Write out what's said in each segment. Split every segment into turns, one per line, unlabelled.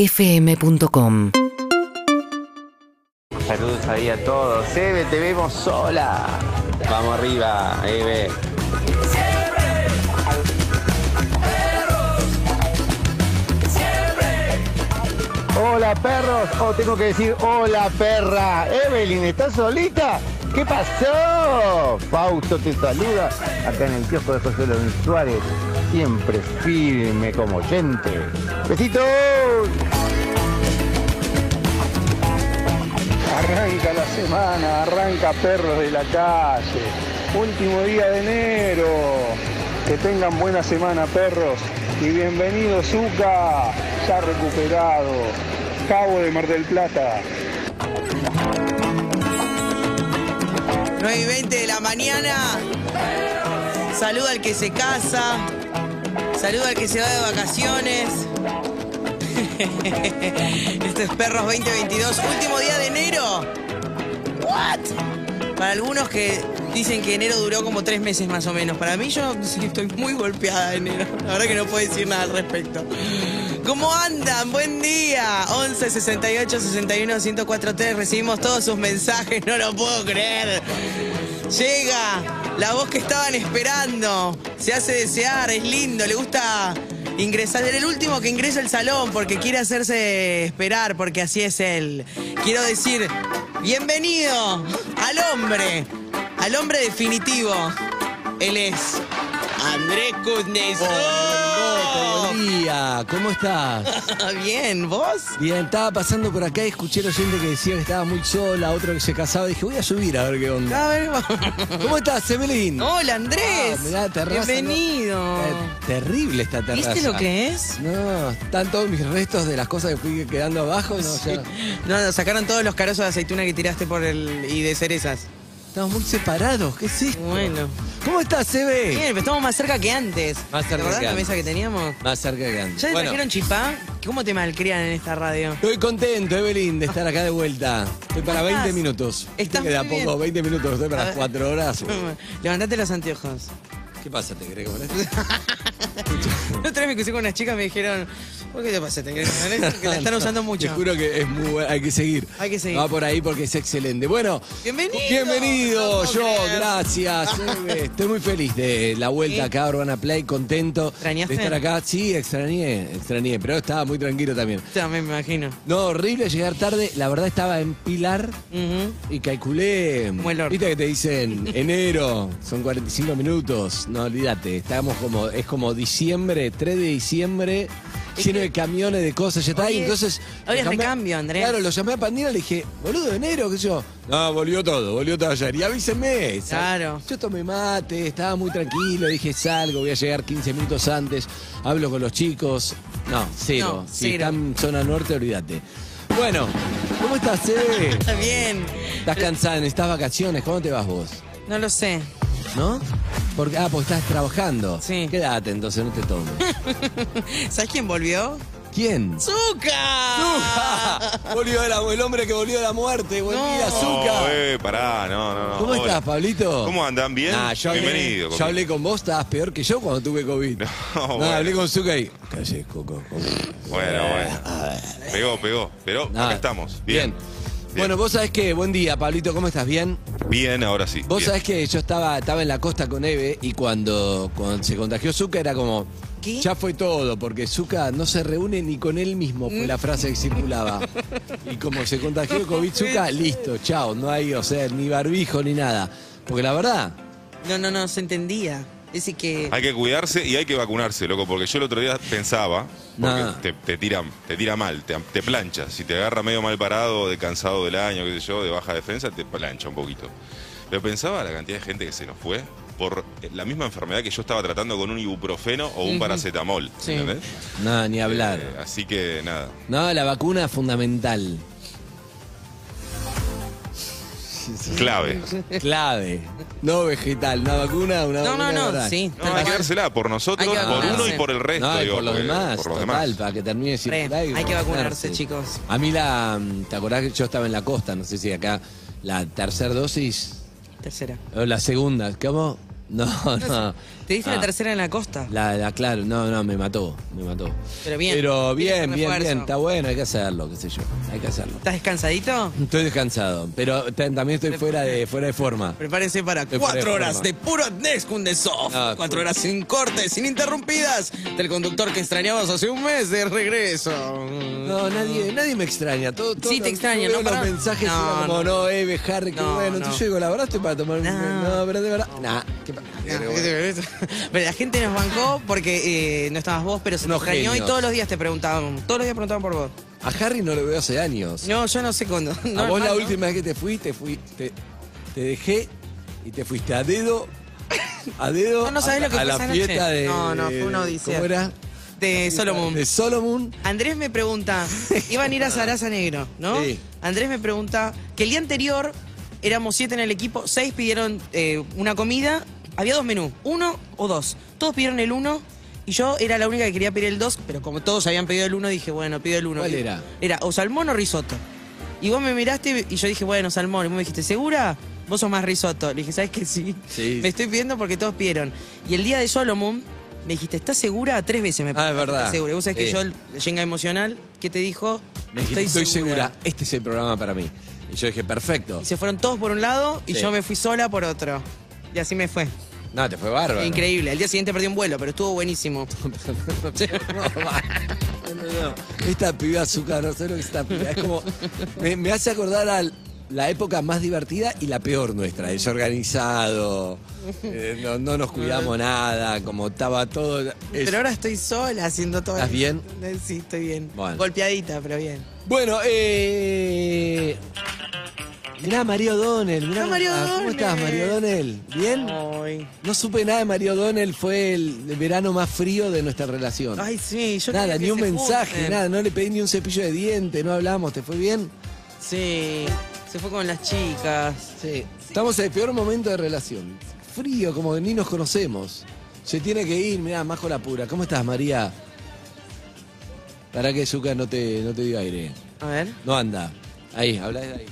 UrbanaPlayFM.com
Saludos ahí a todos. Eve, te vemos sola. Vamos arriba, Eve. Hola perros, oh, tengo que decir hola perra. Evelyn, ¿estás solita? ¿Qué pasó? Fausto te saluda acá en el kiosco de José Luis Suárez, siempre firme como oyente. Besitos.
Arranca la semana, arranca perros de la calle. Último día de enero. Que tengan buena semana perros. Y bienvenido Zuka, ya recuperado. Cabo de Mar del Plata.
9 y 20 de la mañana. Saludo al que se casa. Saludo al que se va de vacaciones. Esto es Perros 2022, último día de enero. ¿What? Para algunos que dicen que enero duró como tres meses más o menos. Para mí yo sí, estoy muy golpeada de enero. La verdad que no puedo decir nada al respecto. ¿Cómo andan? Buen día. 11 68 61 104 3. Recibimos todos sus mensajes. No lo puedo creer. Llega la voz que estaban esperando. Se hace desear, es lindo, le gusta ingresar. Era el último que ingresa al salón porque quiere hacerse esperar, porque así es él. Quiero decir, bienvenido al hombre, al hombre definitivo. Él es Andrés Kuznetsov.
Buen día, ¿cómo estás?
Bien, ¿vos?
Bien, estaba pasando por acá y escuché a la gente que decía que estaba muy sola, otro que se casaba. Dije, voy a subir a ver qué onda.
A ver, vamos.
¿Cómo estás, Evelyn?
Hola, Andrés.
Ah, mirá, terraza,
Bienvenido.
no- Está terrible esta terraza.
¿Viste lo que es?
No, están todos mis restos de las cosas que fui quedando abajo. No, ya-
No, nos sacaron todos los carozos de aceituna que tiraste por el. y de cerezas.
Estamos muy separados, ¿qué es esto?
Bueno.
¿Cómo estás, Eve?
Bien, pero estamos más cerca que antes.
Más cerca
¿Te acordás
que
la
antes.
mesa que teníamos?
Más cerca que antes.
¿Ya te
Bueno,
trajeron chipá? ¿Cómo te malcrian en esta radio?
Estoy contento, Evelyn, de estar acá de vuelta. Estoy para
Estás-
20 minutos.
estás
Queda
muy
poco, 20 minutos, estoy
A
para
ver.
4 horas.
Levantate los anteojos.
¿Qué pasa, te crees?
La otra vez me crucé con unas chicas y me dijeron, ¿por qué te pasa? Te- Que la están usando mucho.
Te juro que es muy bueno, hay que seguir.
Hay que seguir.
Va por ahí porque es excelente. Bueno,
Bienvenido. No
bienvenido,
puedo
yo,
creer.
gracias. Eve. Estoy muy feliz de la vuelta
¿Sí?
acá a Urbana Play, contento
¿Extrañaste?
de estar acá. Sí, extrañé, extrañé, pero estaba muy tranquilo también.
También me imagino.
No, horrible llegar tarde. La verdad estaba en Pilar
Ujú.
y calculé.
Como el orto.
Viste que te dicen enero, son 45 minutos. No, olvídate, estábamos como, es como diciembre, 3 de diciembre,
Es
lleno
que-
de camiones, de cosas, ya está ahí.
Hoy es-
Entonces.
hoy es
lo llamé-
recambio, Andrés.
Claro, lo llamé a Pandina y le dije, boludo, enero, qué sé yo. No, volvió todo, volvió todo ayer. Y avísenme. ¿sabes?
Claro.
Yo tomé mate, estaba muy tranquilo, dije salgo, voy a llegar 15 minutos antes, hablo con los chicos. No, cero.
No,
Si
cero.
están en zona norte, olvídate. Bueno, ¿cómo estás, Eve?
Está bien.
Estás cansada, necesitas vacaciones, ¿cómo te vas vos?
No lo sé.
¿No? Porque, ah, porque estás trabajando.
Sí.
Quédate, entonces no te tomes.
¿Sabes quién volvió?
¿Quién?
¡Zuka!
Volvió de la- el hombre que volvió de la muerte. Buen
No.
día, Zucca.
No, eh, pará, no, no, no.
¿Cómo
Hola.
estás, Pablito?
¿Cómo andan? ¿Bien?
Nah, yo hablé,
Bienvenido.
yo
Coco.
hablé con vos, estabas peor que yo cuando tuve COVID. No,
bueno.
hablé con Zucca y. Callé, Coco. Coco". Eh,
Bueno, bueno. Pegó, pegó. Pero
Nah.
acá estamos.
Bien.
Bien. Bien.
Bueno, vos sabés que, buen día, Pablito, ¿cómo estás? ¿Bien?
Bien, ahora sí.
Vos
Bien.
sabés que yo estaba, estaba en la costa con Eve y cuando, cuando se contagió Zuka era como.
¿Qué?
Ya fue todo, porque Zuka no se reúne ni con él mismo, fue la frase que circulaba. Y como se contagió de COVID Zuka, listo, chao, no hay, o sea, ni barbijo ni nada. Porque la verdad,
No, no, no, se entendía. Dice que.
Hay que cuidarse y hay que vacunarse, loco, porque yo el otro día pensaba, porque
Nah.
te, te tira, te tira mal, te, te plancha. Si te agarra medio mal parado, de cansado del año, qué sé yo, de baja defensa, te plancha un poquito. Pero pensaba la cantidad de gente que se nos fue por eh, la misma enfermedad que yo estaba tratando con un ibuprofeno o un paracetamol.
Sí.
¿entendés?
no, ni hablar.
Eh, así que nada.
No, la vacuna es fundamental,
Clave.
clave. No vegetal, una vacuna, una
No, no,
vacuna.
no,
¿verdad?
sí.
No, hay que dársela por nosotros,
Hay que
por uno
vacunarse.
y por el resto.
No, y
digo,
por los
porque-
demás,
por los
total,
demás.
para que termine de
Re,
circular y
hay que vacunarse, chicos.
A mí la... mm, ¿Te acordás que yo estaba en la costa? No sé si acá la tercera dosis
Tercera.
o la segunda. ¿Cómo? No, no.
Te diste la
Ah.
tercera en la costa.
La, la- claro, no, no, me mató, me mató.
Pero bien.
Pero bien,
Tienes
bien,
refuerzo.
bien, está bueno, hay que hacerlo, qué sé yo, hay que hacerlo.
¿Estás descansadito?
Estoy descansado, pero ta- también estoy fuera de, fuera de forma.
Prepárese para
Estoy
cuatro
fuera de
horas
forma.
de puro Agnes Kundesoft.
Ah,
cuatro
sí.
horas sin cortes, sin interrumpidas, del conductor que extrañabas hace un mes de regreso.
No, nadie, nadie me extraña. Todo, todo-
Sí, te extraña,
veo
¿no?
Los
Pará.
mensajes
No,
eran como,
no.
no, Eve, Harry, qué
No,
bueno.
no.
Entonces yo digo, la verdad estoy para tomar un...
No.
No, pero de verdad... Nah, qué pa-
Pero Ah, la gente nos bancó porque eh, no estabas vos, pero se nos
Unos
extrañó y
genios.
todos los días te preguntábamos. Todos los días preguntaban por vos.
A Harry no lo veo hace años.
No, yo no sé cuándo. No,
a vos la
hermano.
última vez que te fui, te fui, te, te dejé y te fuiste a dedo, a dedo,
No, no sabés
a,
lo que
a
fue
la
esa noche.
fiesta de...
No, no, fue una odisea.
¿Cómo era?
De Solomon.
De Solomon.
Andrés me pregunta, iban a ir a Sarasa Negro, ¿no?
Sí.
Andrés me pregunta que el día anterior éramos siete en el equipo, seis pidieron eh, una comida, había dos menús, uno o dos. Todos pidieron el uno y yo era la única que quería pedir el dos, pero como todos habían pedido el uno, dije, bueno, pido el uno.
¿Cuál era?
Era o salmón o risotto. Y vos me miraste y yo dije, bueno, salmón. Y vos me dijiste, ¿segura? Vos sos más risotto. Le dije, ¿sabes qué? Sí.
Sí.
Me estoy pidiendo porque todos pidieron. Y el día de Solomon, me dijiste, ¿estás segura? Tres veces me
Ah, es verdad.
¿Estás segura? Y Vos sabés que
Sí.
yo leyenda emocional, ¿qué te dijo?
Me dijiste, estoy segura. este es el programa para mí. Y yo dije, perfecto.
Y se fueron todos por un lado y
Sí.
yo me fui sola por otro. Y así me fue.
No, te fue bárbaro.
Increíble. El día siguiente perdí un vuelo, pero estuvo buenísimo.
No, no, no. Esta piba azúcar, no sé lo que es esta piba. Es como. Me, me hace acordar a la época más divertida y la peor nuestra. Desorganizado. eh, no, no nos cuidamos nada. Como estaba todo. es-
Pero ahora estoy sola haciendo todo.
¿Estás bien?
Sí, estoy bien.
Bueno.
Golpeadita, pero bien.
Bueno, eh. Mirá, Mario Donel. Mirá,
Ah, Mario
¿Cómo estás,
O'Donnell?
Mario Donel? ¿Bien?
Ay.
No supe nada de Mario Donel. Fue el verano más frío de nuestra relación.
Ay, sí, yo
nada,
quería que
ni un
se
mensaje,
junten.
nada, no le pedí ni un cepillo de diente, no hablamos, ¿te fue bien?
Sí, se fue con las chicas.
Sí. Estamos en el peor momento de relación. Frío, como que ni nos conocemos. Se tiene que ir, mirá, Majo la pura. ¿Cómo estás, María? Para que Zucca no te, no te dio aire.
A ver,
No anda. Ahí, habla de ahí.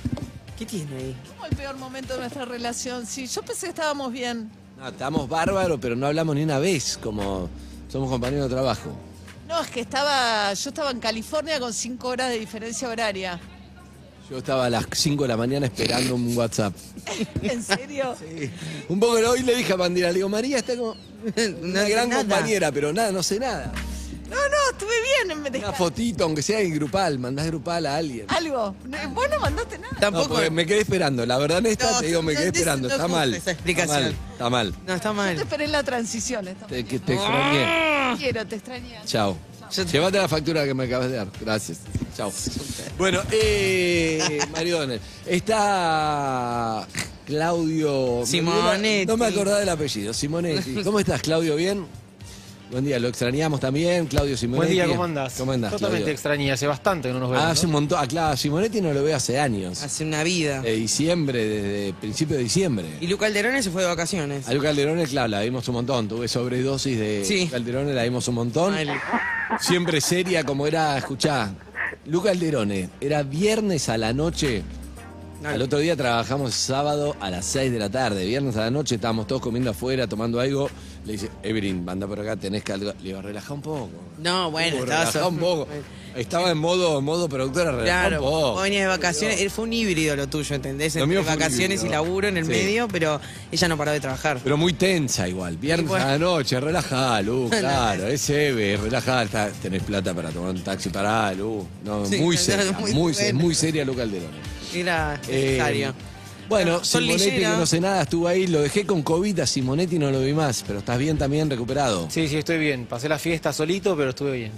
¿qué tiene ahí?
¿Cómo el peor momento de nuestra relación? Sí, yo pensé que estábamos bien.
No, estamos bárbaros, pero no hablamos ni una vez, como somos compañeros de trabajo.
No, es que estaba, yo estaba en California con cinco horas de diferencia horaria.
Yo estaba a las 5 de la mañana esperando un WhatsApp.
¿En serio?
Un poco hoy le dije a Pandira, le digo, María está como una
sé
gran
nada.
compañera, pero nada, no sé nada.
No, no, estuve bien. Me
Una
desca-
fotito, aunque sea en grupal, mandás grupal a alguien.
Algo. No, Vos no mandaste nada.
No,
Tampoco.
porque me quedé esperando, la verdad en esta
No,
te digo, me
no,
quedé
no,
esperando,
no
está
justo
mal.
esa
Está
explicación.
mal, está mal.
No, está
Te
mal.
esperé en la transición. está-
Te, que te extrañé.
Te Quiero, te extrañé.
Chao.
Yo-
Llévate la factura que me acabas de dar. Gracias. Chao. Bueno, eh, Mario Donner, está Claudio...
Simonetti.
No me acordaba del apellido, Simonetti. ¿Cómo estás, Claudio? ¿Bien? Buen día, lo extrañamos también, Claudio Simonetti.
Buen día, ¿cómo andás?
¿Cómo andás,
Totalmente
Claudio?
extrañé, hace bastante que no nos vemos.
Ah, hace un montón. Ah, claro, a Simonetti no lo veo hace años.
Hace una vida.
De diciembre, desde principio de diciembre.
Y Luca Alderone se fue de vacaciones.
A Lu Calderón, claro, la vimos un montón. Tuve sobredosis de
Sí.
Lu Calderone, la vimos un montón.
Mal.
Siempre seria como era, escuchá. Lu Calderone, era viernes a la noche.
No,
Al otro día trabajamos sábado a las 6 de la tarde. Viernes a la noche estábamos todos comiendo afuera, tomando algo. Le dice, Evelyn, anda por acá, tenés que algo. Le digo, relajá un poco.
No, bueno,
Uh,
estaba
relajá
so-
un poco. Estaba en modo, modo productora, relajá
Claro,
un poco.
vos venías de vacaciones, él fue un híbrido lo tuyo, ¿entendés?
Lo
Entre
mío fue un
vacaciones y
híbrido.
laburo en el
Sí.
medio, pero ella no paró de trabajar.
Pero muy tensa igual. Viernes
Igual.
a la noche, relajá, Lu, claro. Es Eve, relajá. está- tenés plata para tomar un taxi, pará, Lu. No,
Sí,
muy
claro,
seria,
muy
muy, seria,
bueno.
muy seria Lu Calderón.
Era
Eh,
necesario.
bueno,
Sol
Simonetti, que
Lillera.
no sé nada, estuvo ahí. Lo dejé con COVID a Simonetti, no lo vi más. Pero estás bien también, recuperado.
Sí, sí, estoy bien. Pasé la fiesta solito, pero estuve bien.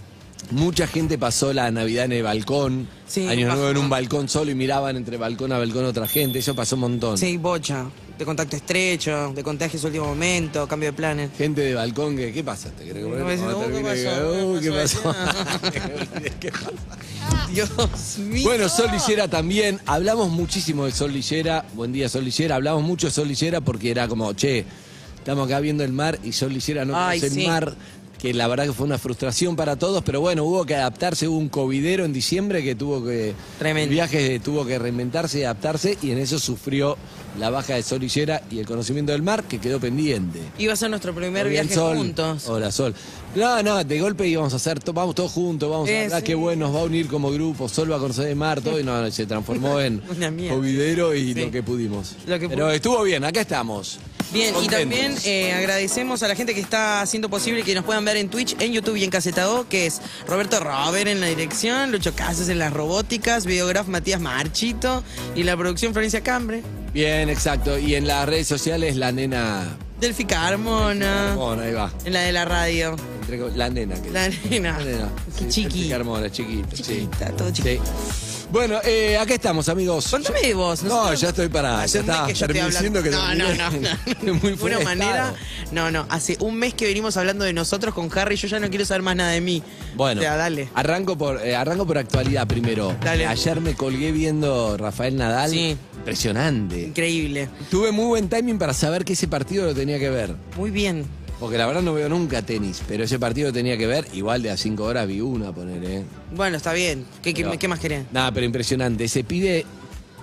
Mucha gente pasó la Navidad en el balcón.
Sí,
Año
pasó.
Nuevo en un balcón solo y miraban entre balcón a balcón otra gente. Eso pasó un montón.
Sí, bocha, de contacto estrecho, de contagios último momento, cambio de planes.
Gente de balcón que, ¿qué pasa? ¿Te querés comer?
Me dicen,
Cuando
"Uh, ¿qué
termine,
pasó?
"Uh, ¿Qué
¿Qué pasó
pasó? ¿Qué pasó?
Dios mío.
Bueno, Sol Lillera también. Hablamos muchísimo de Sol Lillera. Buen día, Sol Lillera. Hablamos mucho de Sol Lillera porque era como, che, estamos acá viendo el mar y Sol Lillera no
Ay,
conoce
sí.
el mar. que la verdad que fue una frustración para todos, pero bueno, hubo que adaptarse, hubo un covidero en diciembre que tuvo que...
Tremendo.
el viaje tuvo que reinventarse y adaptarse y en eso sufrió la baja de Sol y Llera y el conocimiento del mar que quedó pendiente.
Iba a ser nuestro primer
Bien,
viaje
Sol.
juntos.
Hola, Sol. No, no, de golpe íbamos a hacer, to- vamos todos juntos, vamos
Eh,
a, ah,
sí.
qué bueno, nos va a unir como grupo, Sol va a conocer de mar, todo, y no, no, se transformó en
Una mierda.
covidero y
Sí.
lo que pudimos.
Lo que
Pero
pudimos.
estuvo bien, acá estamos.
Bien, y
Contentos.
también eh, agradecemos a la gente que está haciendo posible que nos puedan ver en Twitch, en YouTube y en Casetado, que es Roberto Robert en la dirección, Lucho Casas en las robóticas, Videograf Matías Marchito y la producción Florencia Cambre,
Bien, exacto. Y en las redes sociales, la nena.
Delphi Carmona,
Bueno, ahí va.
en la de la radio,
Entre co- la nena. Que
Ah. la nena,
Sí,
qué chiqui,
Enrique Armona, chiquita. sí.
chiquita, todo chiquito.
Sí. Bueno, eh, acá estamos, amigos.
Contame de vos.
No, ya estoy para.
Hace
Ya
un mes
está.
que yo estoy
terminé
hablando-
diciendo que
no, no,
terminé
no, no.
de muy
De una
fuera de
manera.
estado.
No, no. Hace un mes que venimos hablando de nosotros con Harry. Yo ya no quiero saber más nada de mí.
Bueno,
O sea, dale.
Arranco, por, eh, arranco por actualidad primero.
Dale.
Ayer me colgué viendo Rafael Nadal.
Sí.
Impresionante.
Increíble.
Tuve muy buen timing para saber que ese partido lo tenía que ver.
Muy bien.
Porque la verdad no veo nunca tenis, pero ese partido lo tenía que ver. Igual de a cinco horas vi una, poner, ¿eh?
Bueno, está bien. ¿Qué, qué-
Pero-
qué más querés?
Nada, pero impresionante. Ese pibe,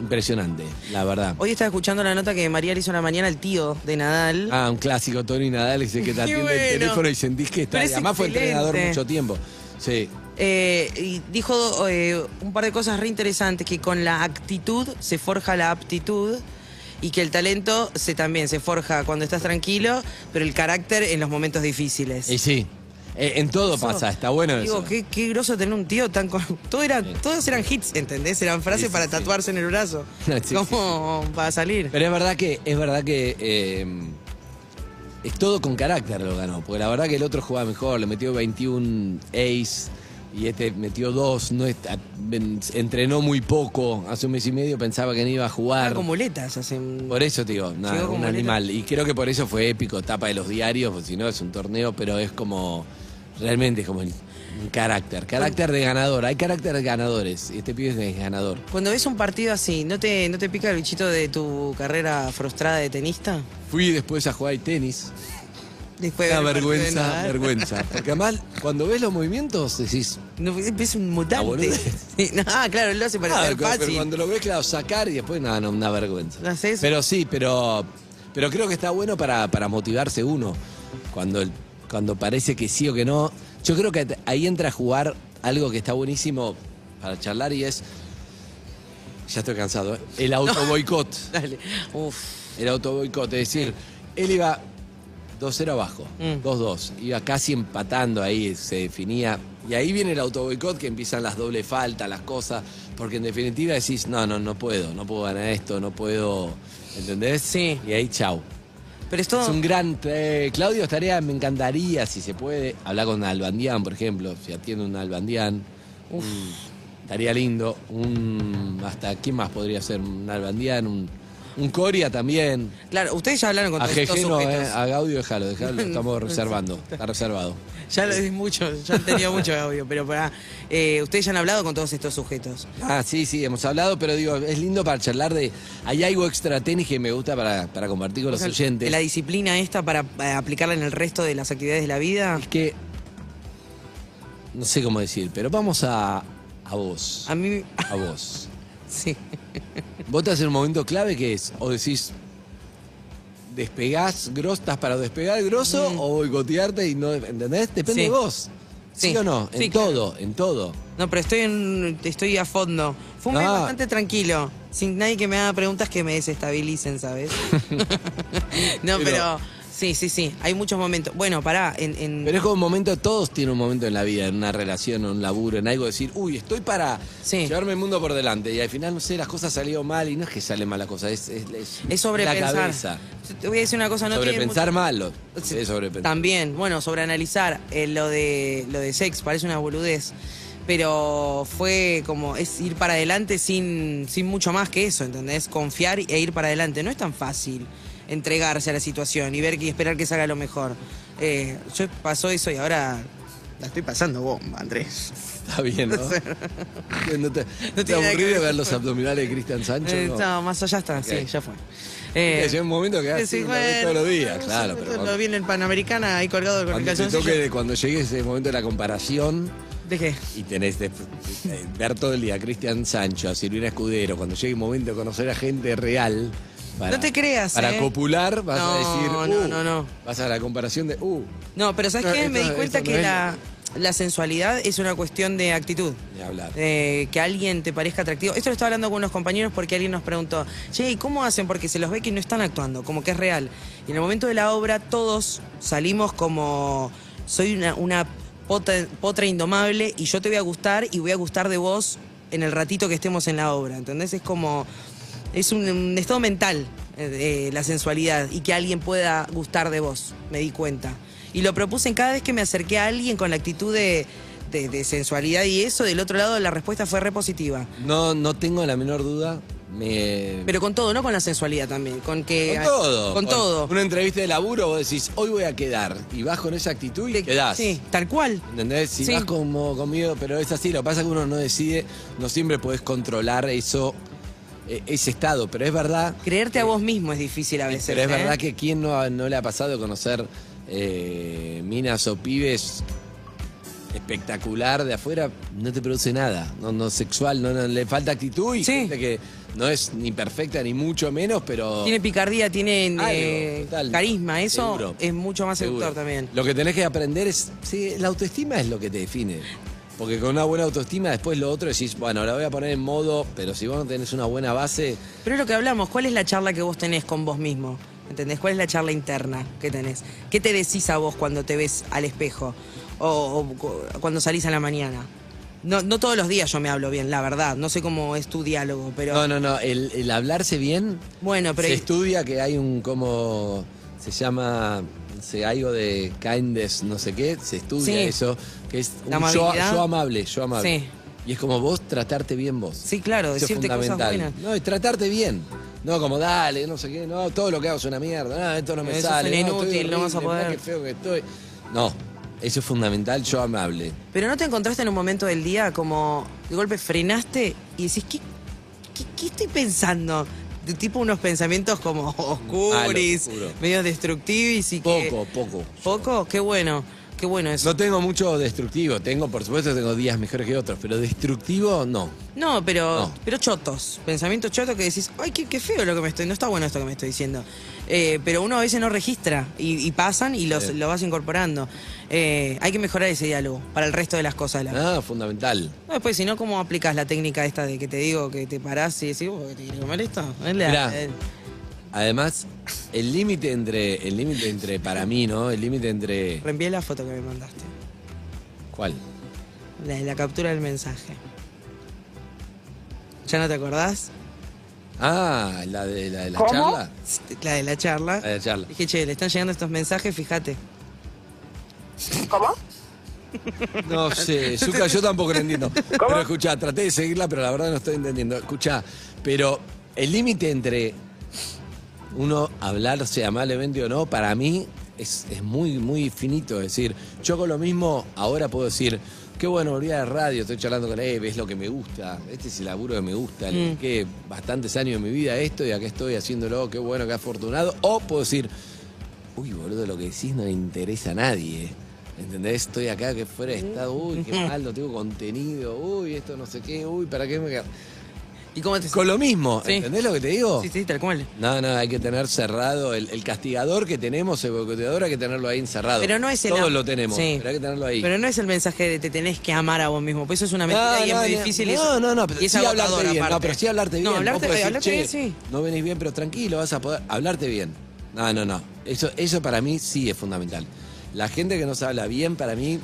impresionante, la verdad.
Hoy estaba escuchando la nota que María le hizo a la mañana al tío de Nadal.
Ah, un clásico, Tony Nadal, ese que te
Qué
atiende
bueno.
el teléfono y sentís que está.
Pero
ahí.
es
Además fue entrenador
excelente.
mucho tiempo. Sí.
Eh, y dijo eh, un par de cosas re interesantes, que con la actitud se forja la aptitud y que el talento se también se forja cuando estás tranquilo, pero el carácter en los momentos difíciles.
Y sí. Eh, en todo
Eso.
pasa, está bueno
Digo,
eso.
qué, qué groso tener un tío tan... Con... Todo era, todos eran hits, ¿entendés? Eran frases
Sí, sí,
para
sí.
tatuarse en el brazo.
Sí, sí,
¿Cómo va a salir?
Pero es verdad que, es verdad que eh, es todo con carácter lo ganó. Porque la verdad que el otro jugaba mejor, le metió 21 ace y este metió dos, no está- en- entrenó muy poco. Hace un mes y medio pensaba que no iba a
Era
jugar.
con muletas hace un-
Por eso te digo, nada,
Llegó
un
como
animal. Y creo que por eso fue épico, tapa de los diarios, porque si no es un torneo, pero es como, realmente es como el- un carácter, carácter de ganador. Hay carácter de ganadores, y este pibe es de ganador.
Cuando ves un partido así, ¿no te, ¿no te pica el bichito de tu carrera frustrada de tenista?
Fui después a jugar al tenis.
Después
Una
del partido de
vergüenza,
Nadal.
vergüenza. Porque además, cuando ves los movimientos, decís,
No, es un
Ah,
mutante.
boludo.
Sí, no, Ah, claro, lo hace
Ah,
parecer
pero- pero
fácil.
cuando lo ves, claro, sacar y después nada, no, una vergüenza.
No haces-
Pero sí, pero, pero creo que está bueno para, para motivarse uno. Cuando, el- cuando parece que sí o que no. Yo creo que ahí entra a jugar algo que está buenísimo para charlar y es. Ya estoy cansado, ¿eh? El autoboicot.
Dale. Uf.
El autoboicot. Es decir, él iba 2-0 abajo,
Mm.
2-2. Iba casi empatando ahí, se definía. Y ahí viene el autoboicot que empiezan las dobles faltas, las cosas. Porque en definitiva decís, no, no, no puedo, no puedo ganar esto, no puedo. ¿Entendés?
Sí.
Y ahí chau.
Pero es todo.
Es un gran. eh, Claudio estaría, me encantaría, si se puede, hablar con Albandián, por ejemplo, si atiende un Albandián. un- Estaría lindo. Un, hasta, ¿quién más podría ser? Un Albandián, un, un Coria también.
Claro, ustedes ya hablaron con
A
todos estos
GG no, eh,
sujetos.
a Gaudio déjalo, déjalo, lo estamos reservando, está reservado.
Ya lo di mucho, ya han tenido mucho audio, pero para. eh, ustedes ya han hablado con todos estos sujetos.
Ah, sí, sí, hemos hablado, pero digo, es lindo para charlar de... Hay algo extra tenis que me gusta para, para compartir con los
O sea,
oyentes.
La disciplina esta para eh, aplicarla en el resto de las actividades de la vida.
Es que... No sé cómo decir, pero vamos a, a vos.
A mí.
A vos.
Sí.
Vos estás en un momento clave que es, o decís, despegás grosso, estás para despegar grosso o boicotearte y no, ¿entendés? Depende
Mm. Sí.
de vos. Sí,
Sí.
o no,
Sí,
en
claro.
todo, en todo.
No, pero estoy en, estoy a fondo. Fue un mes
Ah.
bastante tranquilo, sin nadie que me haga preguntas que me desestabilicen, ¿sabes? no, pero,
Pero-
sí, sí, sí. Hay muchos momentos. Bueno, pará, en, en-
Pero es como un momento, todos tienen un momento en la vida, en una relación, en un laburo, en algo, decir, uy, estoy para
Sí.
llevarme el mundo por delante. Y al final, no sé, las cosas salieron mal y no es que sale mal la cosa, es, es, es
es sobrepensar.
la cabeza.
Te voy a decir una cosa, no tiene mucho-
sobrepensar malo.
Sí,
Es sobrepensar.
También, bueno, sobre analizar eh, lo de lo de sex, parece una boludez. Pero fue como, es ir para adelante sin, sin mucho más que eso, ¿entendés? Confiar e ir para adelante. No es tan fácil entregarse a la situación y ver que y esperar que salga lo mejor. Eh, yo pasó eso y ahora la estoy pasando bomba, Andrés.
Está bien, ¿no? ¿no? te,
No
¿te
tiene nada que
aburrido
ver.
ver los abdominales de Cristian Sancho?
Eh,
no.
no, más allá está, sí,
Ok.
ya fue. Eh,
Sí, llega un momento que
sí,
así una vez
bueno,
todos los días, claro.
sí,
Pero
lo
cuando,
vi en el Panamericana ahí colgado con el
cuando te
calzón.
toque, de- cuando llegue ese momento de la comparación
¿De qué?
y tenés de- eh, ver todo el día a Cristian Sancho, a Silvina Escudero, cuando llegue el momento de conocer a gente real. Para,
No te creas,
Para
¿eh?
copular vas
No,
a decir.
no,
"Uh",
no, no.
Vas a la comparación de. Uh,
No, pero ¿sabes
No,
qué? Me
esto-
di cuenta
esto
que
no es-
la, la sensualidad es una cuestión de actitud.
Ni hablar.
Eh, que alguien te parezca atractivo. Esto lo estaba hablando con unos compañeros porque alguien nos preguntó, che, ¿y cómo hacen? Porque se los ve que no están actuando, como que es real. Y en el momento de la obra todos salimos como, soy una, una pota- potra indomable y yo te voy a gustar y voy a gustar de vos en el ratito que estemos en la obra. ¿Entendés? Es como, es un, un estado mental eh, eh, la sensualidad y que alguien pueda gustar de vos, me di cuenta. Y lo propuse en cada vez que me acerqué a alguien con la actitud de, de- de sensualidad y eso, del otro lado la respuesta fue re positiva.
no, no tengo la menor duda. Me,
Pero con todo, no con la sensualidad también, con que...
Con todo.
Con todo.
Una entrevista de laburo, vos decís, hoy voy a quedar. Y vas con esa actitud y
Te-
quedás.
Sí, tal cual.
¿Entendés? Si
Sí.
vas como conmigo, pero es así, lo que pasa es que uno no decide, no siempre podés controlar eso, eh, ese estado. Pero es verdad,
Creerte a vos mismo es difícil a veces.
pero es
¿eh?
verdad que quién no, ha- no le ha pasado de conocer eh, minas o pibes espectacular de afuera, no te produce nada, no, no sexual, no, no- le falta actitud y
Sí.
gente que no es ni perfecta ni mucho menos, pero
Tiene picardía, tiene
Algo,
eh,
total.
carisma, eso
Seguro.
es mucho más
Seguro.
seductor también.
Lo que tenés que aprender es. Sí, la autoestima es lo que te define. Porque con una buena autoestima, después lo otro decís, bueno, la voy a poner en modo, pero si vos no tenés una buena base,
Pero es lo que hablamos, ¿cuál es la charla que vos tenés con vos mismo? ¿Entendés? ¿Cuál es la charla interna que tenés? ¿Qué te decís a vos cuando te ves al espejo o, o cu- cuando salís a la mañana? No, no todos los días yo me hablo bien, la verdad. No sé cómo es tu diálogo, pero
No, no, no. El, el hablarse bien.
Bueno, pero
Se
y-
estudia que hay un como. Se llama. No sé, algo de kindness, no sé qué. Se estudia
Sí.
eso. Que es un
La
yo,
amabilidad.
yo amable, yo amable.
Sí.
Y es como vos tratarte bien vos.
Sí, claro,
Eso es
decirte cosas
fundamental.
buenas.
No, y tratarte bien. No, como dale, no sé qué, no, todo lo que hago es una mierda, no, esto no me
Eso es
sale.
un
estoy
inútil, no vas a
horrible, mirá
poder.
qué feo que estoy. No, eso es fundamental, yo amable.
Pero no te encontraste en un momento del día como de golpe frenaste y decís, ¿qué, qué, qué estoy pensando? De tipo unos pensamientos
Ah,
como oscuris,
oscuro.
medio destructivis y que-
Poco, poco.
¿Poco? Qué bueno, qué bueno eso.
No tengo mucho destructivo, tengo, por supuesto, tengo días mejores que otros, pero destructivo no.
No, pero,
No.
pero chotos. Pensamientos chotos que decís, ay, qué, qué feo lo que me estoy. No está bueno esto que me estoy diciendo. Eh, pero uno a veces no registra y, y pasan y los,
Sí.
lo vas incorporando. Eh, hay que mejorar ese diálogo para el resto de las cosas. de la-
Ah, fundamental.
No, después, si no, ¿cómo aplicas la técnica esta de que te digo que te parás y decís, "Oh, ¿te quieres comer esto? Es la-
Mirá.
eh,
Además, el límite entre, el límite entre, para mí, ¿no? El límite entre,
reenvié la foto que me mandaste.
¿cuál?
La, la captura del mensaje. ¿Ya no te acordás?
Ah, la de la, de la
¿Cómo?
charla.
este, La de la charla.
La de la charla.
Dije, che, le están llegando estos mensajes, fíjate.
¿Cómo?
No sé, Zucca, yo tampoco lo entiendo. Pero escucha, traté de seguirla, pero la verdad no estoy entendiendo. Escucha, pero el límite entre uno hablarse amablemente o no, para mí es, es muy, muy finito. Es decir, yo con lo mismo ahora puedo decir, qué bueno, volví a la radio, estoy charlando con él, es lo que me gusta, este es el laburo que me gusta,
Mm.
le dediqué bastantes años de mi vida a esto y acá estoy haciéndolo, qué bueno, qué afortunado. O puedo decir, uy, boludo, lo que decís no le interesa a nadie. ¿Entendés? Estoy acá que fuera de estado, uy, qué mal, no tengo contenido, uy, esto no sé qué, uy, ¿para qué me... ca-?"
¿Y cómo te
Con lo mismo,
Sí.
¿entendés lo que te digo?
Sí, sí, tal cual.
No, no, hay que tener cerrado. El, el castigador que tenemos, el boicoteador, hay que tenerlo ahí encerrado.
Pero no es el
Todos
am-
lo tenemos,
Sí.
pero hay que tenerlo ahí.
Pero no es el mensaje de te tenés que amar a vos mismo, pues eso es una mentira
no,
y
no,
es muy
no.
difícil. y es-
No, no, no, pero
y es
sí hablarte
agotador
bien. No,
aparte.
pero sí hablarte bien.
No,
Vos
hablarte,
podés decir,
hablarte
"Che,
bien, sí.
No venís bien, pero tranquilo, vas a poder. Hablarte bien. No, no, no. Eso, eso para mí sí es fundamental. La gente que nos habla bien, para mí,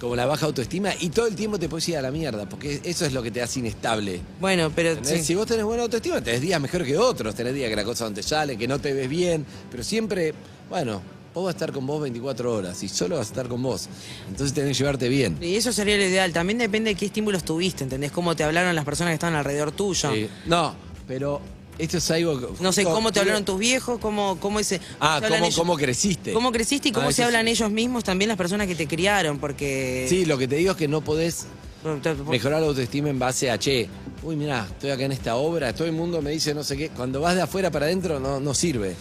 como la baja autoestima, y todo el tiempo te puedes ir a la mierda, porque eso es lo que te hace inestable.
Bueno, pero
¿Entendés?
sí.
Si vos tenés buena autoestima, tenés días mejor que otros, tenés días que la cosa no te sale, que no te ves bien, pero siempre, bueno, vos vas a estar con vos 24 horas y solo vas a estar con vos. Entonces tenés que llevarte bien.
Y eso sería lo ideal. También depende de qué estímulos tuviste, ¿entendés? Cómo te hablaron las personas que estaban alrededor tuyo.
Sí. No, pero Esto es algo.
No sé cómo te hablaron tus viejos, cómo, cómo ese.
Ah,
se hablan
cómo,
ellos-
cómo creciste.
¿Cómo creciste y cómo
Ah,
se
eso
hablan
sí.
ellos mismos también las personas que te criaron? Porque.
Sí, lo que te digo es que no podés
Por- por- por-
mejorar la autoestima en base a che. Uy, mirá, estoy acá en esta obra, todo el mundo me dice no sé qué. Cuando vas de afuera para adentro no, no sirve.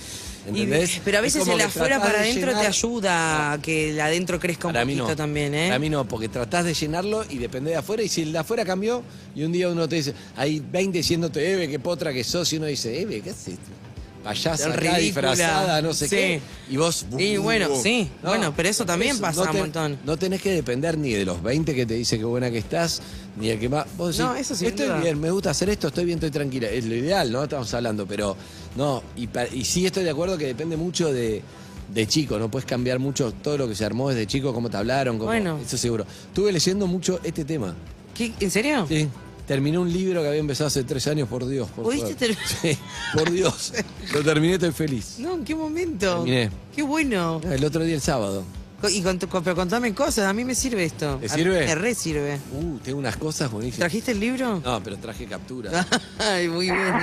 y-
¿Entendés?
pero a
Es
veces
como
el
que
afuera
tratás
para
de
adentro te
llenar-
ayuda a que el adentro crezca un
Para mí
poquito
no.
también, ¿eh?
Para mí no, porque tratás de llenarlo y depende de afuera. Y si el de afuera cambió y un día uno te dice, hay 20 diciéndote, Eve, qué potra que sos, y uno dice, Eve, ¿qué haces? Payasa, acá,
Ridícula.
disfrazada, no sé
Sí.
qué. Y vos. "Uh,
Y bueno, sí, bueno, pero eso también pasa
no
un montón.
No tenés que depender ni de los 20 que te dice qué buena que estás, ni el que más. Vos decís,
No, eso sin
estoy
duda.
bien, me gusta hacer esto, estoy bien, estoy tranquila. Es lo ideal, ¿no? Estamos hablando, pero no. Y, pa- y sí estoy de acuerdo que depende mucho de, de chico, no puedes cambiar mucho todo lo que se armó desde chico, cómo te hablaron, cómo,
Bueno.
eso seguro. Estuve leyendo mucho este tema.
¿Qué? ¿En serio?
Sí. Terminé un libro que había empezado hace tres años, por Dios. Por
¿Pudiste
favor.
terminar?
Sí, por Dios. Lo terminé, estoy feliz.
No, ¿en qué momento?
Terminé.
Qué bueno.
El otro día, el sábado.
Co- Y con, con- pero contame cosas, a mí me sirve esto.
¿Te
A-
sirve?
Me re sirve.
Uh, tengo unas cosas buenísimas.
¿Trajiste Ah, el libro?
No, pero traje capturas.
Ay, muy bien.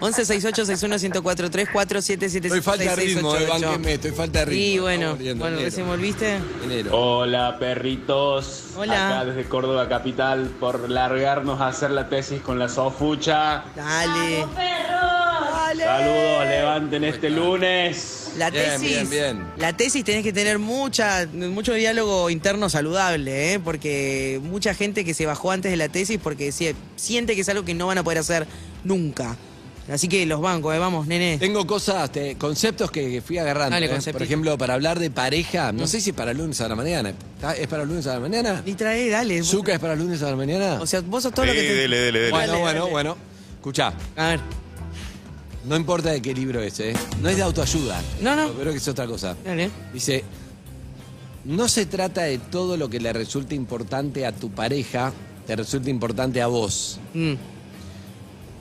11 68 61 104 3 4 7 7
Estoy falta de ritmo, eh, bánquenme, estoy falta de ritmo.
Y
Estamos
bueno,
muriendo,
bueno,
enero.
recién volviste.
Enero.
Hola perritos,
Hola.
acá desde Córdoba Capital por largarnos a hacer la tesis con la sofucha.
Dale.
Saludos, levanten este lunes.
La
Bien,
tesis,
bien, bien.
la tesis tenés que tener mucha, mucho diálogo interno saludable, ¿eh? porque mucha gente que se bajó antes de la tesis porque sie- siente que es algo que no van a poder hacer nunca. Así que los bancos, ¿eh? vamos, nene.
Tengo cosas, te- conceptos que, que fui agarrando.
Dale,
eh.
conceptito. Mm.
Por ejemplo, para hablar de pareja, no sé si es para lunes a la mañana. ¿Está- ¿Es para lunes a la mañana?
Y trae, dale.
¿Zuka es para lunes a la mañana?
O sea, vos sos todo lo que
Sí,
te...
dele, dele, dele.
bueno,
dale,
bueno,
dale.
bueno. Escuchá,
A ver,
no importa de qué libro es, ¿eh? No es de autoayuda.
No, no.
Creo que es otra cosa.
dale.
Dice, no se trata de todo lo que le resulte importante a tu pareja, te resulta importante a vos.
Mm.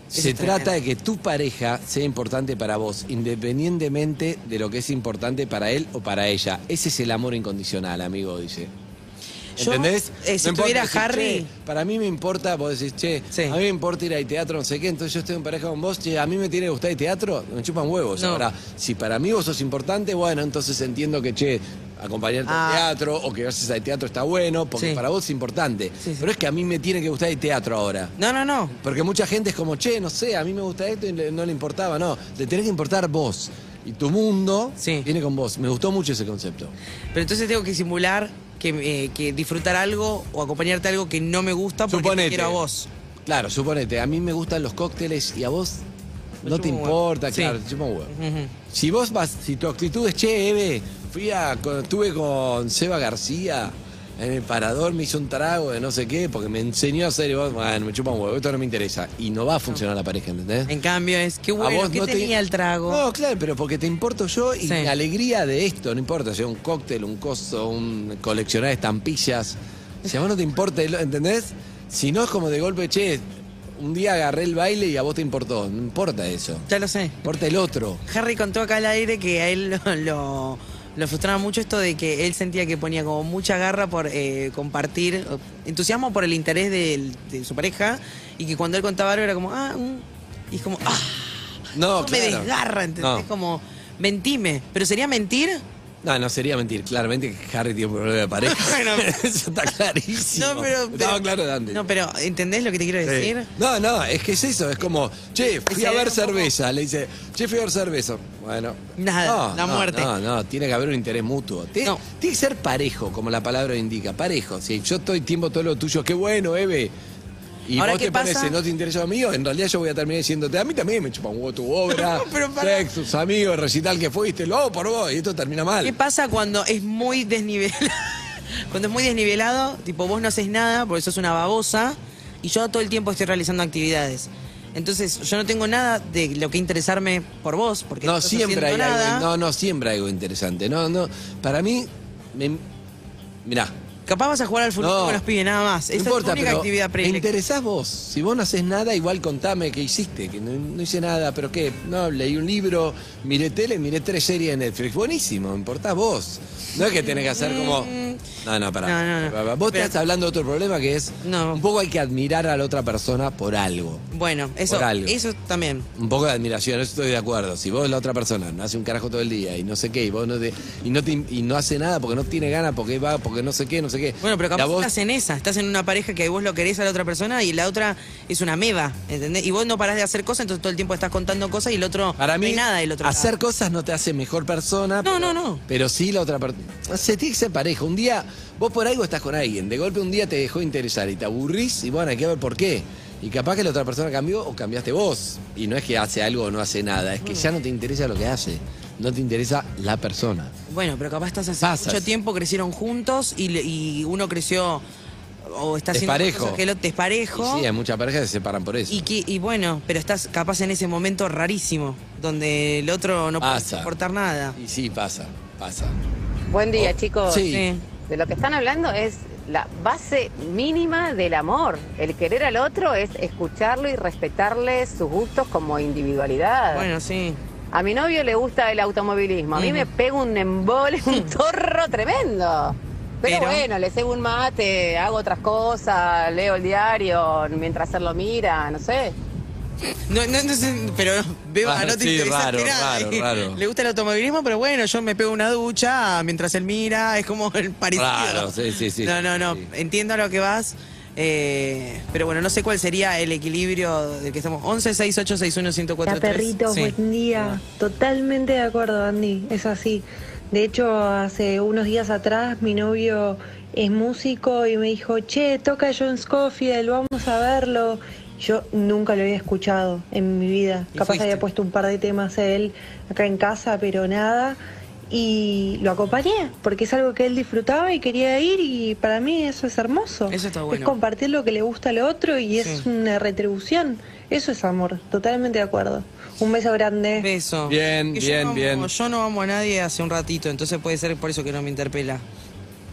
Eso
Se
es
trata
tremendo.
de que tu pareja sea importante para vos, independientemente de lo que es importante para él o para ella. Ese es el amor incondicional, amigo, dice.
Yo,
¿Entendés?
eh, si
No importa
tuviera
decir,
Harry-
"Che, para mí me importa, vos decís, che,
Sí.
a mí me importa ir al teatro, no sé qué, entonces yo estoy en pareja con vos, che, a mí me tiene que gustar el teatro, me chupan huevos.
No.
Ahora, si para mí vos sos importante, bueno, entonces entiendo que, che, acompañarte
Ah.
al teatro o que vayas al teatro está bueno, porque
Sí.
para vos es importante.
Sí, sí.
Pero es que a mí me tiene que gustar el teatro ahora.
No, no, no.
Porque mucha gente es como, che, no sé, a mí me gusta esto y le- no le importaba. No, le tenés que importar vos. Y tu mundo
Sí.
viene con vos. Me gustó mucho ese concepto.
Pero entonces tengo que simular que, eh, que disfrutar algo o acompañarte a algo que no me gusta porque te
Suponete.
quiero a vos.
Claro, suponete, a mí me gustan los cócteles y a vos
Me
no te
chupa un
importa,
huevo. Sí.
claro, te chupa un huevo.
Ujú.
Si vos vas, si tu actitud es, che, Eve, fui a, con- estuve con Seba García en el parador, me hizo un trago de no sé qué, porque me enseñó a hacer, y vos, bueno, me chupa un huevo, esto no me interesa. Y no va a funcionar la pareja, ¿entendés?
En cambio es, qué bueno, que
te-
tenía el trago.
No, claro, pero porque te importo yo
Sí.
y la alegría de esto, no importa, sea un cóctel, un coso, un coleccionar estampillas. Si a vos no te importa, el- ¿entendés? Si no es como de golpe, che, un día agarré el baile y a vos te importó. No importa eso.
Ya lo sé.
Importa el otro.
Harry contó acá al aire que a él lo, lo- lo frustraba mucho esto de que él sentía que ponía como mucha garra por eh, compartir, o entusiasmo por el interés del- de, su pareja, y que cuando él contaba algo era como, ah, mm", y es como, ah,
No,
eso me
Oh, claro.
desgarra, ¿entendés?
No.
Como, mentime. ¿Pero sería mentir?
No, no sería mentir. Claramente que Harry tiene un problema de pareja.
Bueno.
eso está clarísimo.
No, pero,
Estaba
pero-
claro de antes.
No, pero ¿entendés lo que te quiero decir?
Sí. No, no, es que es eso, es como, che, fui
Ese
a
era
ver
un poco-
cerveza. Le dice, che, fui a ver cerveza. Bueno.
Nada, la muerte.
No, no, tiene que haber un interés mutuo. Tiene,
No.
tiene que ser parejo, como la palabra indica, parejo. Si yo estoy tiempo todo lo tuyo, qué bueno, Eve. Y
Ahora,
vos
¿qué
te pones,
pasa?
"Si no te interesa lo mío, en realidad yo voy a terminar diciéndote, a mí también me chupan huevo tu obra,
Pero para-
sex, tus amigos, el recital que fuiste, lo hago por vos, y esto termina mal.
¿Qué pasa cuando es muy desnivelado? cuando es muy desnivelado, tipo vos no haces nada porque sos una babosa y yo todo el tiempo estoy realizando actividades. Entonces, yo no tengo nada de lo que interesarme por vos, porque
No,
estás
siempre hay
haciendo nada.
algo, no, no, siempre hay algo interesante. No, no, para mí, me- mirá,
Capaz vas a jugar al fútbol
No.
con los pibes, nada más.
No
Esa
importa,
es tu única
pero
actividad
me
predilecta.
interesás vos. Si vos no haces nada, igual contame qué hiciste. Que no, no hice nada, pero qué. No, leí un libro, miré tele, miré tres series de Netflix. Buenísimo, me importás vos. No es que tenés que hacer como,
Ujú.
No, no, pará.
No, Mm. no, no.
Pará, pará. Vos
Pero-
estás hablando de otro problema que es
No.
un poco hay que admirar a la otra persona por algo.
Bueno, eso,
Por algo.
eso también.
Un poco de admiración, eso estoy de acuerdo. Si vos la otra persona no hace un carajo todo el día y no sé qué, y vos no te, y no te- y no hace nada porque no tiene ganas, porque va, porque no sé qué, no sé qué.
Bueno, pero
La
capaz
vos-
estás en esa, estás en una pareja que vos lo querés a la otra persona y la otra es una meba, ¿entendés? Y vos no parás de hacer cosas, entonces todo el tiempo estás contando cosas y el otro
Para
no
mí,
hay nada el otro.
hacer
lado.
cosas no te hace mejor persona.
No,
pero-
no, no.
Pero sí la otra persona. Se tiene que ser pareja. Un día, vos por algo estás con alguien. De golpe un día te dejó interesar y te aburrís y bueno, hay que ver por qué. Y capaz que la otra persona cambió o cambiaste vos. Y no es que hace algo o no hace nada. Es que ya no te interesa lo que hace. No te interesa la persona.
Bueno, pero capaz estás hace
Pasas.
mucho tiempo, crecieron juntos y, le- y uno creció o está haciendo
Desparejo.
cosas que el otro desparejo.
Y sí, hay muchas parejas que se separan por eso.
Y, que, y bueno, pero estás capaz en ese momento rarísimo, donde el otro no puede
Pasa.
soportar nada.
Y sí, pasa, pasa.
Buen día,
Oh,
chicos.
sí.
De lo que están hablando es la base mínima del amor. El querer al otro es escucharlo y respetarle sus gustos como individualidad.
Bueno, sí.
A mi novio le gusta el automovilismo. A mí
Ujú.
me pega un embole, un torro tremendo. Pero,
Pero-
bueno, le cebo un mate, hago otras cosas, leo el diario mientras él lo mira, no sé.
No, no, no sé, pero veo,
Raro,
no te
Ah, sí,
interesa
raro,
nada.
raro, raro.
Le gusta el automovilismo, pero bueno, yo me pego una ducha mientras él mira, es como el parecido.
Raro, sí, sí, sí,
No, no, no,
sí.
entiendo a lo que vas. eh, pero bueno, no sé cuál sería el equilibrio del que estamos. 11 6 8 6 1
La perrito, pues, buen día. Totalmente de acuerdo, Andy. Es así. De hecho, hace unos días atrás mi novio es músico y me dijo, che, toca John Scofield, vamos a verlo. Yo nunca lo había escuchado en mi vida.
Y
Capaz
fuiste.
había puesto un par de temas a él acá en casa, pero nada. Y lo acompañé, porque es algo que él disfrutaba y quería ir y para mí eso es hermoso.
Eso está
Es
bueno.
compartir lo que le gusta al otro y es
Sí.
una retribución. Eso es amor, totalmente de acuerdo. Un beso grande.
Beso.
Bien,
Que yo
bien,
no amo-
bien.
Yo no amo a nadie hace un ratito, entonces puede ser por eso que no me interpela.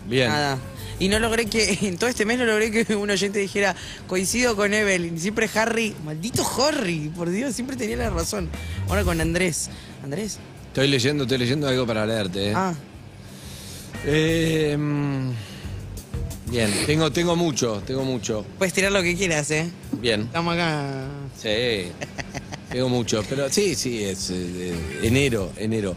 Bien.
Nada. Y no logré que, en todo este mes no logré que un oyente dijera, coincido con Evelyn, siempre Harry, maldito Harry, por Dios, siempre tenía la razón. Ahora con Andrés. ¿Andrés?
Estoy leyendo, estoy leyendo algo para leerte. ¿eh?
Ah,
Eh, mm, bien, tengo, tengo mucho, tengo mucho.
puedes tirar lo que quieras, ¿eh?
Bien.
Estamos acá.
Sí, tengo mucho. Pero sí, sí, es eh, eh, enero, enero.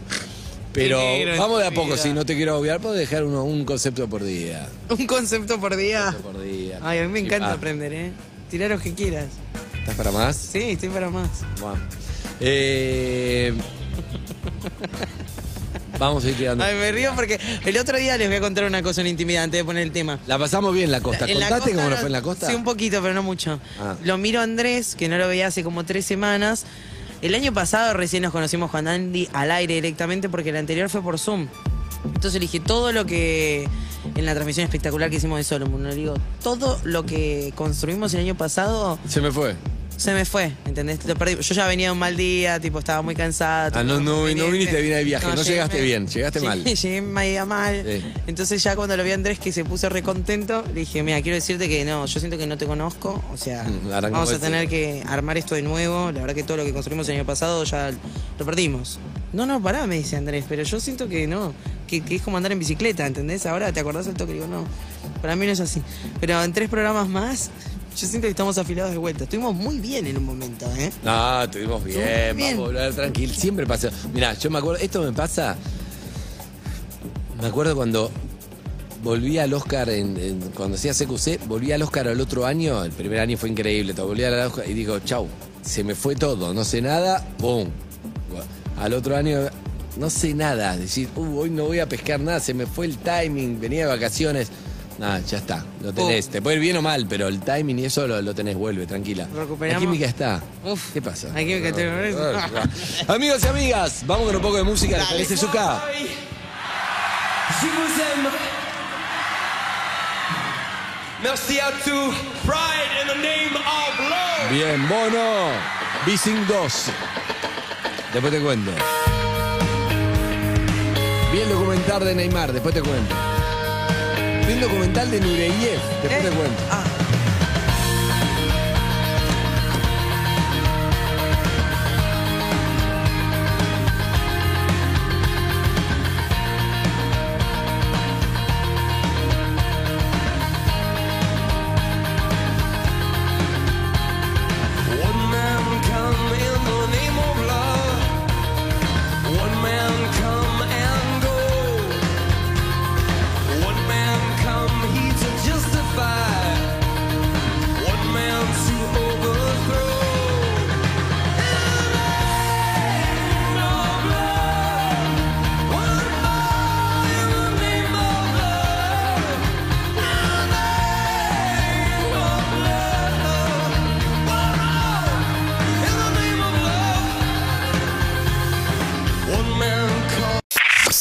Pero
Enero en
vamos de a
tu
poco,
vida.
si no te quiero obviar, puedo dejar uno, un concepto por día.
Un concepto por día.
Concepto por día.
Ay, a mí me
Sí, ah.
encanta
pa.
aprender, ¿eh? Tirar lo que quieras.
¿Estás para más?
Sí, estoy para más.
Bueno. Eh, vamos a ir quedando.
Ay, me río porque el otro día les voy a contar una cosa, una intimidad, antes de poner el tema.
La pasamos bien en la costa.
En la
Contate
costa
cómo nos
no-
fue en la costa.
Sí, un poquito, pero no mucho.
Ah.
Lo miro a Andrés, que no lo veía hace como tres semanas. El año pasado recién nos conocimos con Andy al aire directamente porque el anterior fue por Zoom. Entonces le dije todo lo que. En la transmisión espectacular que hicimos de Solomon, le digo, todo lo que construimos el año pasado
Se me fue.
se me fue, ¿entendés? Lo perdí. Yo ya venía de un mal día, tipo, estaba muy cansada.
Ah, no, no, no viniste bien al viaje, no
llegué-
llegaste bien, llegaste mal.
Llegué media mal.
Sí.
Entonces ya cuando lo vi a Andrés que se puso recontento, le dije, mira, quiero decirte que no, yo siento que no te conozco, o sea,
Mm, arrancamos
vamos a
este.
tener que armar esto de nuevo, la verdad que todo lo que construimos el año pasado ya lo perdimos. No, no, pará, me dice Andrés, pero yo siento que no, que, que es como andar en bicicleta, ¿entendés? Ahora te acordás del toque, digo, no, para mí no es así. Pero en tres programas más, yo siento que estamos afilados de vuelta. Estuvimos muy bien en un momento, ¿eh?
No,
Estuvimos
estuvimos bien,
bien.
vamos a volver tranquilo. Siempre pasa. Mirá, yo me acuerdo, esto me pasa. Me acuerdo cuando volví al Oscar, en, en- cuando hacía CQC, volví al Oscar al otro año. El primer año fue increíble, todo. Volví al Oscar y digo, chau, se me fue todo, no sé nada, ¡pum! Al otro año, no sé nada. Decir, uh, hoy no voy a pescar nada, se me fue el timing, venía de vacaciones. Nada, ya está, lo tenés.
Pum.
Te puede ir bien o mal, pero el timing y eso lo, lo tenés, vuelve, tranquila. La
Recuperamos.
química está.
Uf.
¿Qué pasa?
Hay que- que te-
Amigos y amigas, vamos con un poco de música. ¿Les parece Zuka?
Merci à tous. Pride in the name of love.
Bien, Bono. Bising 2. Después te cuento. Vi el documental de Neymar, después te cuento. Vi el documental de Nureyev, después te cuento.
Ah.